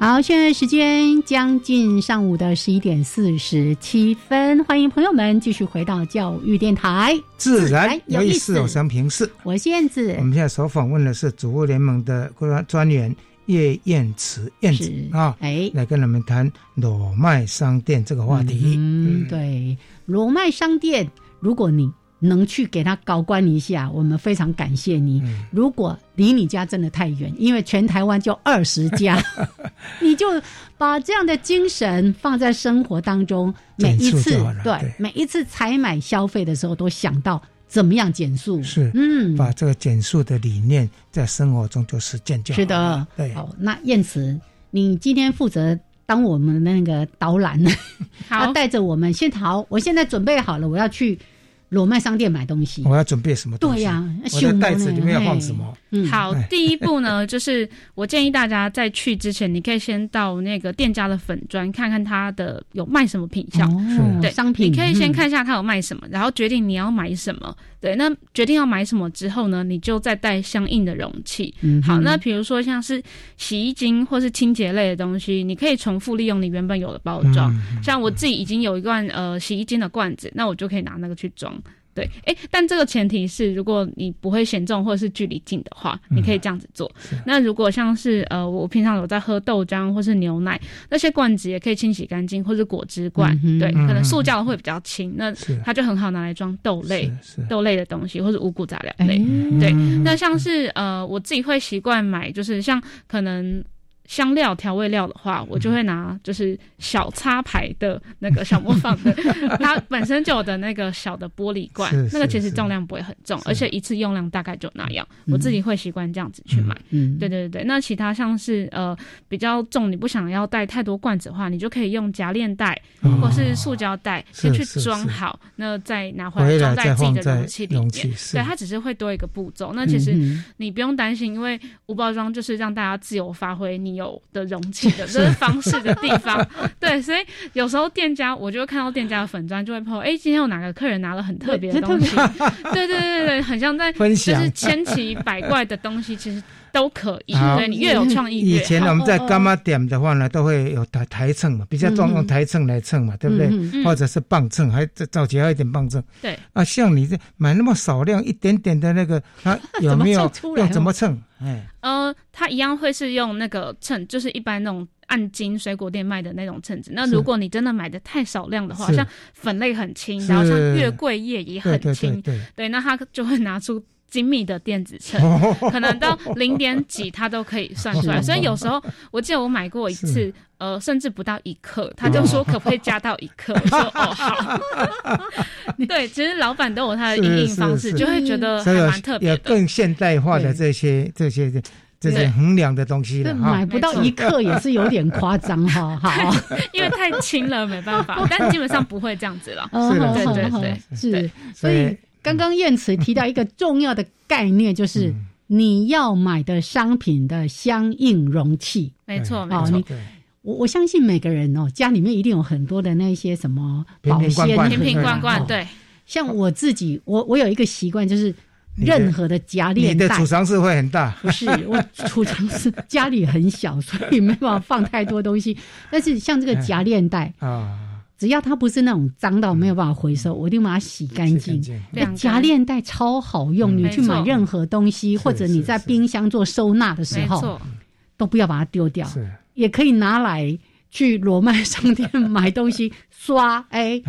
好，现在时间将近上午的十一点四十七分，欢迎朋友们继续回到教育电台，
自
哎
然有意思。我
生
生平视，
我是燕子
我，们现在所访问的是主妇联盟的专专员叶燕慈燕子
是
啊，
哎，
来跟我们谈裸卖商店这个话题。
嗯，对，罗麦商店，如果你能去给他搞关一下，我们非常感谢你。
嗯
如果离你家真的太远，因为全台湾就二十 家，你就把这样的精神放在生活当中，每一
减速
次
就好了
对
对
每一次采买消费的时候，都想到怎么样减速。
是，
嗯，
把这个减速的理念在生活中就实践就好
是
了
的，
对，
好，那燕慈，你今天负责当我们的那个导览，
好
要带着我们现好，我现在准备好了，我要去裸卖商店买东西。
我要准备什么东西？
对呀啊
我
秀
的
呢
袋子里面要放什么？
嗯
好，
哎
第一步呢， 就是我建议大家在去之前，你可以先到那个店家的粉砖看看他的有卖什么品相。
哦
对，
商品
你可以先
嗯
看一下他有卖什么，然后决定你要买什么。对，那决定要买什么之后呢，你就再带相应的容器。
嗯哼
好，那比如说像是洗衣精或是清洁类的东西，你可以重复利用你原本有的包
嗯
装。
嗯
像我自己已经有一罐呃洗衣精的罐子，那我就可以拿那个去装。对，哎，但这个前提是，如果你不会嫌重或者是距离近的话，
嗯
你可以这样子做。那如果像是呃，我平常有在喝豆浆或是牛奶，那些罐子也可以清洗干净，或是果汁罐，
嗯哼
对，
嗯
可能塑
嗯
胶会比较轻，那
是
它就很好拿来装豆类、豆类的东西或是五谷杂粮类。
哎
对，
嗯
那像是呃，我自己会习惯买，就是像可能。香料调味料的话，我
嗯
就会拿就是小插牌的那个小魔方 的，它本身就有的那个小的玻璃罐
是，
那个
是
其实
是嗯
重量不会很重，而且一次用量大概就那样。我自己会习惯这样子去买。
嗯，
对对对，那其他像是呃比较重，你不想要带太多罐子的话，你就可以用夹链袋
哦
或是塑胶袋
是
先去
是
装
是
好，那再拿回
回
来
来再
装在自己
放
的
在
容器里
容
面。
器是
对，它只是会多一个步骤。那其实
嗯
你不用担心，因为无包装就是让大家自由发挥你有的容器的这
是
是方式的地方。对，所以有时候店家我就会看到店家的粉砖就会 po，哎，今天有哪个客人拿了很特别的
这
东西
特，
对对对对，很像在
分享
就是千奇百怪的东西，其实都可以。
好
对你越有创意
以
越好。
前我们在
哦
干妈点的话呢，都会有台台秤嘛，比较重用台秤来秤嘛，对不
嗯
对？
嗯
或者是磅秤，还早期还有一点磅秤。
对
啊，像你这买那么少量一点点的那个，它有没有
怎么称出来哦
要怎么称？哎，
呃，它一样会是用那个秤，就是一般那种按斤水果店卖的那种秤子。那
是
如果你真的买的太少量的话，
是
像粉类很轻，然后像
是
月桂叶也
对
很
对
轻，
对对，
对，那他就会拿出精密的电子秤，可能到零点几他都可以算出来。
是
所以有时候我记得我买过一次
是，
呃，甚至不到一克，他就说可不可以加到一克？我说哦好。 对，其实老板都有他的应应方
是是
式，
是嗯
就会觉得
所
还
以有
蛮特别
有
的。
更现代化的这些这些这些
对
衡量的东西
这
了哈。
买不到一克也是有点夸张 哈。好，
因为太轻了，没办法，但基本上不会这样子了。
嗯好
对
好
对
好
对，
是，所
所
以
以
刚刚燕慈提到一个重要的概念，就是
嗯
你要买的商品的相应容器。
没错没
哦
错
你。我我相信每个人哦，家里面一定有很多的那些什么
瓶
保
瓶罐
鲜
罐
瓶瓶罐
盒
罐
啊，
对。
像我自己，我我有一个习惯，就是
你的
任何的夹
你
链
的
袋，
储藏室会很大，
不是我储藏室家里很小，所以没办法放太多东西。但是像这个夹链袋，
啊，
只要它不是那种脏到没有办法回收，我一定把它洗干净。
非常
那夹链袋超好用，
嗯
你去买
没错
任何东西，或者你在冰箱做收纳的时
没
候
错，，
都不要把它丢掉，也可以拿来去裸卖商店买东西刷， 哎，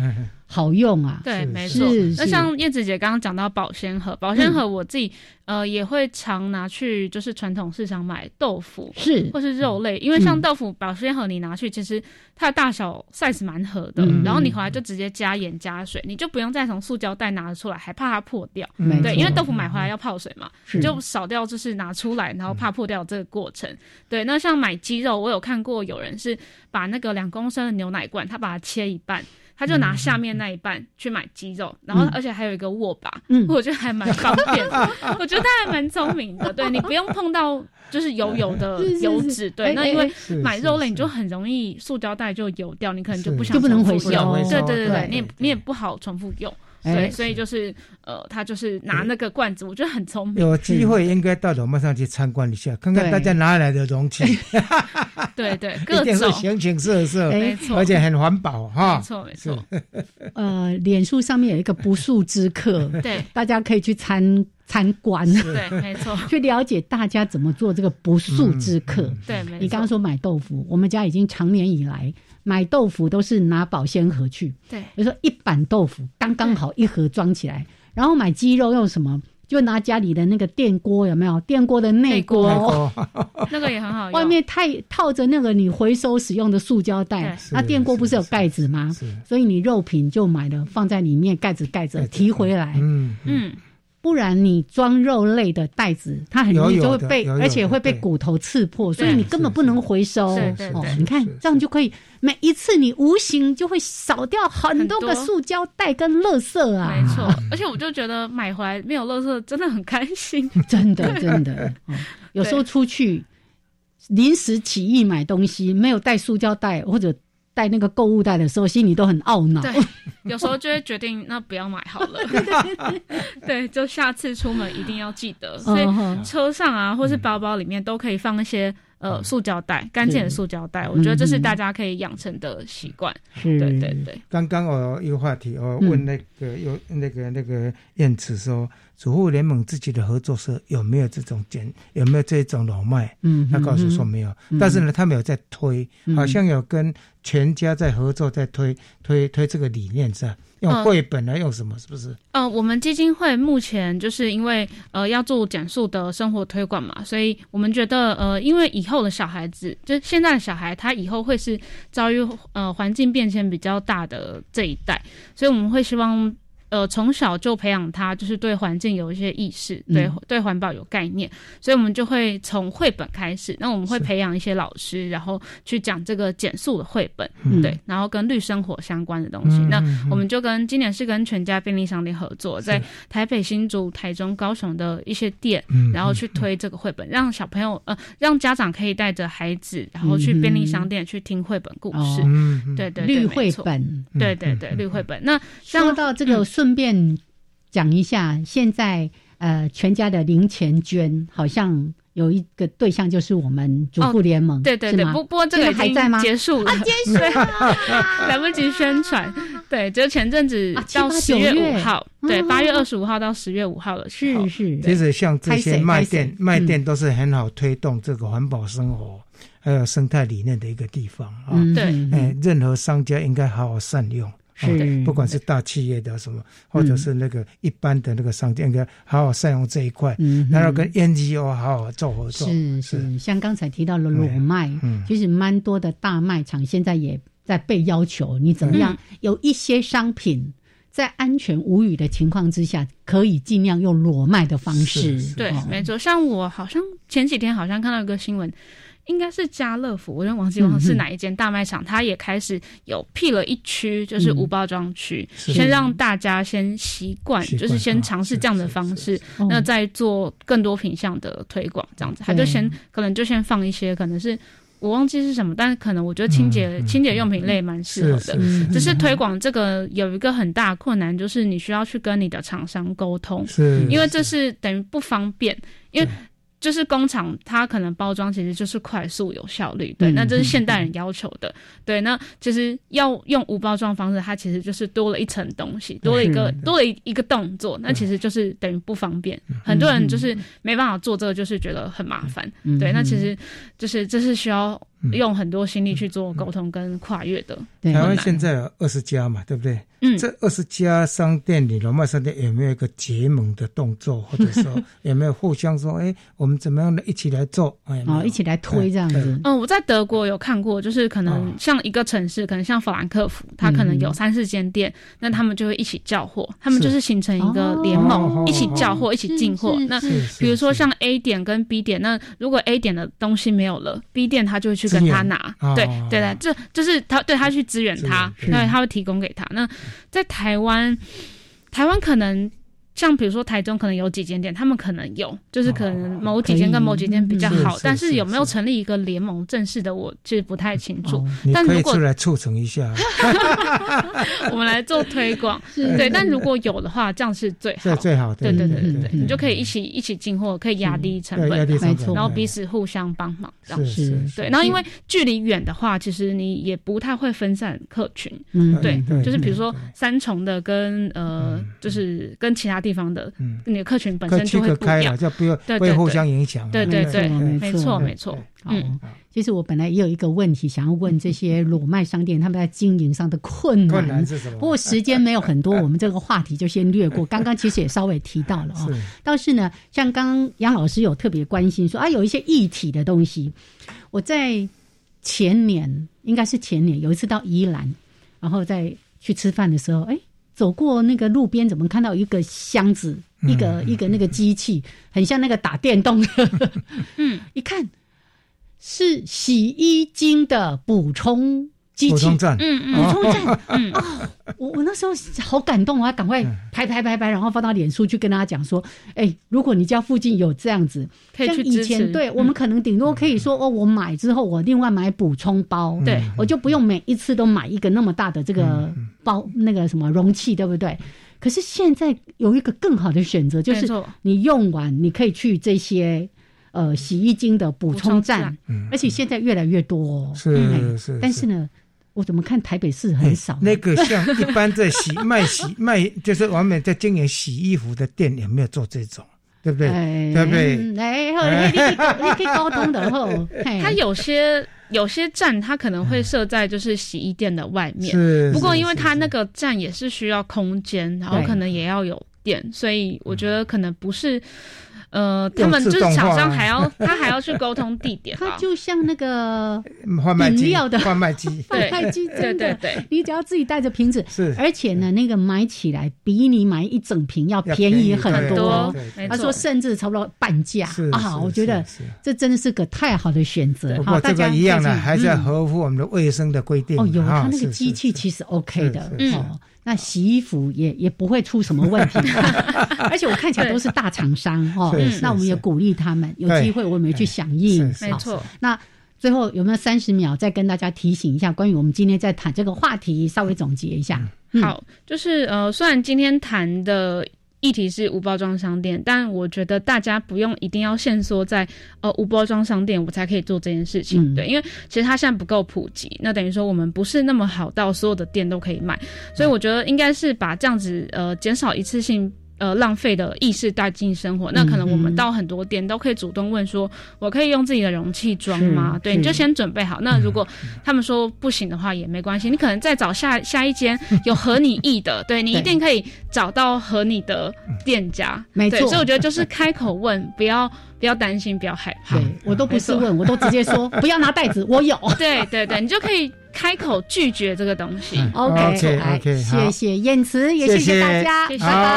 好用啊！
对，没错
是。
那
是
像叶子姐刚刚讲到保鲜盒，保
嗯
鲜盒我自己、呃也会常拿去就是传统市场买豆腐，
是
或是肉类，因为像
嗯
豆腐保鲜盒你拿去，其实它的大小 size 蛮合的，
嗯
然后你回来就直接加盐加水，你就不用再从塑胶袋拿出来，还怕它破掉。
没
对，
错嗯
因为豆腐买回来要泡水嘛，
是
嗯
你就少掉就是拿出来，然后怕破掉这个过程。对，那像买鸡肉，我有看过有人是把那个两公升的牛奶罐，他把它切一半。他就
嗯
拿下面那一半去买鸡肉，然后而且还有一个握把，
嗯
我觉得还蛮方便的。我觉得他还蛮聪明的，对你不用碰到就是油油的
是是是
油脂，对，
哎
那
哎
因为
是
买肉类你就很容易塑胶袋就油掉，你可能就是不想
就不能
重复
回收
用
回收
对对对
对
你也你也不好重复用。
哎
对，
是
所以就是呃，他就是拿那个罐子，我觉得很聪明。
有机会应该到农贸上去参观一下，看看
嗯对
大家拿来的容器，
对对， 各
一定是
种
形形色色，
没错
而且很环保
啊
哈。
没错没错，
呃，脸书上面有一个不速之客，
对，
大家可以去参参观，
对，没错，
去了解大家怎么做这个不速之客。
对，没错。
你刚刚说买豆腐，我们家已经常年以来买豆腐都是拿保鲜盒去，
对
比如说一板豆腐刚刚好一盒装起
嗯
来，然后买鸡肉用什么？就拿家里的那个电锅有没有？电锅的内锅，
内锅
哦
那个也很好用，
外面太套着那个你回收使用的塑胶袋
对，是
那电锅不是有盖子吗？所以你肉品就买了放在里面，盖子盖着提回来。
嗯
嗯，
不然你装肉类的袋子，它很容易
有
就
有
会
的
被，
有有的
而且会被骨头刺破，所以你根本不能回收。
是是
哦
是，
你看这样就可以，每一次你无形就会少掉很多个
很多
塑胶袋跟垃圾啊。
没错，而且我就觉得买回来没有垃圾真的很开 心。
真的真的、哦有时候出去临时起意买东西，没有带塑胶袋或者带那个购物袋的时候，心里都很懊恼。
对，有时候就会决定那不要买好 了。对，就下次出门一定要记得。所以
嗯嗯哼
车上啊，或是包包里面都可以放一些呃塑胶袋，干净的塑胶袋。我觉得这是大家可以养成的习惯。
嗯是
对对对，
刚刚我有话题，
嗯
我问那个有那个那个燕子说，主妇联盟自己的合作社有没有这种简有没有这种老麦？
嗯
他告诉说没有，
嗯
但是呢，他们有在推，好像有跟全家在合作，在推推推这个理念是吧？
嗯
用绘本啊，用什么？是不是？
呃，我们基金会目前就是因为呃要做简述的生活推广嘛，所以我们觉得呃，因为以后的小孩子，就是现在的小孩，他以后会是遭遇呃环境变迁比较大的这一代，所以我们会希望。呃，从小就培养他，就是对环境有一些意识，对、
嗯
对环保有概念，所以我们就会从绘本开始。那我们会
是
培养一些老师，然后去讲这个减速的绘本，
嗯
对，然后跟绿生活相关的东西。
嗯
那
嗯嗯
我们就跟今年是跟全家便利商店合作，在台北、新竹、台中、高雄的一些店，
嗯
然后去推这个绘本，让小朋友呃，让家长可以带着孩子，然后去
嗯哼
便利商店去听绘本故事。
哦嗯
对对对，
绿
没
绘
错嗯
本，
嗯
嗯
对对对，绿绘本。那
说到这个，顺便讲一下，现在呃，全家的零钱捐好像有一个对象就是我们主妇联盟，
哦对对
是
对，
吗
不不过这个
个
已
还
经
在吗？啊
结束了，结束了， 来不及宣传。对，就前阵子
啊七
到
八
十
九
五
月
号，对，
嗯
八月二十五号到十月五号的时候，
是
其实像这些卖
拍
店
谁，
卖
嗯
店都是很好推动这个环保生活，还有生态理念的一个地方啊。
嗯对嗯
哎，任何商家应该好好善用。啊
是
不管
嗯
是大企业的什么，或者是那个一般的那个商店，应该好好善用这一块，
嗯
然后跟 NGO 好好做合作。
是是，嗯像刚才提到的裸卖，其实蛮多的大卖场现在也在被要求，你怎么样、有一些商品。在安全无虞的情况之下，可以尽量用裸卖的方式。
对
哦，
没错。像我好像前几天好像看到一个新闻，应该是家乐福，我有点忘记
嗯
忘了是
嗯
哪一间大卖场，它也开始有辟了一区，就是
嗯
无包装区，
是
先让大家先习惯，
习惯啊
就是
啊
先尝试这样的方式，那再做更多品项的推广，这样子。它就
哦对
先可能就先放一些，可能是。我忘记是什么，但是可能我觉得清
嗯
洁、清洁用品类蛮适合
是
的，
是是
只是推广这个有一个很大的困难，就是你需要去跟你的厂商沟通，
是
因为这是等于不方便，因为就是工厂它可能包装其实就是快速有效率，对，
嗯
那这是现代人要求的，对，那其实要用无包装方式，它其实就是多了一层东西，多了一个
是嗯
多了一一个动作，那其实就是等于不方便，很多人就是没办法做这个，就是觉得很麻烦，
嗯
对，那
嗯
其实就是这是需要用很多心力去
嗯
做沟通跟跨越的，
台湾
很难
现在有二十家嘛，对不对？
嗯
这二十家商店里，罗曼商店有没有一个结盟的动作，或者
嗯
说有没有互相说，哎，我们怎么样的一起来做？哎，
哦，一起来推这样子。哦
嗯，我在德国有看过，就是可能像一个城市，可能像法兰克福，它可能有三四间店，那他们就会一起叫货，他们就是形成一个联
哦
盟，一起叫货，一起进货
是是。
那
是是
比如说像 A 点跟 B 点，那如果 A 点的东西没有了，B 店它就会去跟他拿
资源。
对
哦
对对，这就是他对他去支援他，
支援
对
嗯
他会提供给他。那在台湾，台湾可能。像比如说台中可能有几间店，他们可能有，就是可能某几间跟某几间比较
哦可以嗯
好，
是
但
是
是有
是哦
没有成立一个联盟正式的，我其实不太清楚。
你
但
可
如
以
果
出来促成一下，
我们来做推广，
是
对。但如果有的话，这样是最好，
这嗯最好
对
对
对
对
对对
对
对，你就可以一起一起进货，可以压低成
对压低
本，
成本没错
然后彼此互相帮忙，这样
是是是
对。然后因为距离远的话，其实你也不太会分散客群，
嗯
对
嗯对，
就是比如说三重的跟呃，就是跟其他地方的，
嗯
你的客群嗯本
各
身
区
就会
隔
不
开
一
了，
样，
就不要
对
不
对
会互
对
相影响了。啊
对对对，
没
没
错
错
对
没错，
好
嗯，
其实我本来也有一个问题，想要问这些裸卖商店他们在经营上的困难。
困难是什么
不过时间没有很多，我们这个话题就先略过。刚刚其实也稍微提到了哦，倒是呢，像刚刚杨老师有特别关心说啊，有一些一体的东西，我在前年应该是前年有一次到宜兰，然后在去吃饭的时候，哎，走过那个路边，怎么看到一个箱子，一个一个那个机器，很像那个打电动的，嗯， 一看是洗衣精的补充机器，
补充站
嗯
嗯嗯
补充站，嗯 哦，我我那时候好感动，我啊要赶快
嗯
拍拍拍拍，然后放到脸书去跟大家讲说，哎，如果你家附近有这样子，
可以
像
去
以
支
前
持
对我们
嗯
可能顶多可以说哦，我买之后我另外买补充包，嗯
对嗯
我就不用每一次都买一个那么大的这
嗯
个包那个什么容器，对不对？可是现在有一个更好的选择，就
没
是
错
你用完你可以去这些呃洗衣精的补充
补
站
充站，嗯
而且现在越来越多哦。
嗯是
哎
是
但是呢，我怎么看台北市很少
那个像一般在洗卖洗卖，就是我们在经营洗衣服的店，有没有做这种？对不对？
哎
对不对？
嗯哎，好你可以 你可以沟通的后，嘿
它有些有些站，它可能会设在就是洗衣店的外面。
是
不过
是
因为
是
它那个站也是需要空间，然后
对嗯
可能也要有电，所以我觉得可能不是。呃，他
用
们就
自
是
动
厂
化
商
啊
还 要他还要去沟通地点吧
它，就像那个
贩卖
饮
机
料的
贩卖 机，
贩卖机真的，
对对对
你只要自己带着瓶子，
是
而且呢，那个买起来比你买一整瓶要便宜很
很
多
多。，没
他
错
说甚至差不多半价
是
啊！
是
我觉得这真的是个太好的选择
不
好，
过
大
这
家
个一样
最
了，
近
还是要
嗯
合乎我们的卫生的规定
哦，有
啊
它那个
是
机
是
器其实 OK 的，
是是
哦，那洗衣服也也不会出什么问题， 而且我看起来都是大厂商哦
是，是
那我们也鼓励他们，有
对
机会我们也去响应，
是
没
好
错。
那最后有没有三十秒再跟大家提醒一下，关于我们今天在谈这个话题，稍微总结一下？嗯
好，就是呃，虽然今天谈的议题是无包装商店，但我觉得大家不用一定要限缩在呃无包装商店，我才可以做这件事情。
嗯
对，因为其实它现在不够普及，那等于说我们不是那么好到所有的店都可以卖，所以我觉得应该是把这样子呃减少一次性。呃，浪费的意识带进生活，那可能我
嗯
们
哼
到很多店都可以主动问说，我可以用自己的容器装吗
是？
对，你就是先准备好。那如果
嗯
他们说不行的话也没关系，你可能再找下下一间有合你意的，对你
对
一定可以找到合你的店家。
没
对
错
所以我觉得就是开口问，不要不要担心，不要害怕。
对我都不是
没错
问，我都直接说不要拿袋子，我 有。
对对对，你就可以开口拒绝这个东西。
哦 OK，
OK，
好
OK，好
谢谢燕慈，也
谢
谢
谢
大家，
谢谢
拜拜。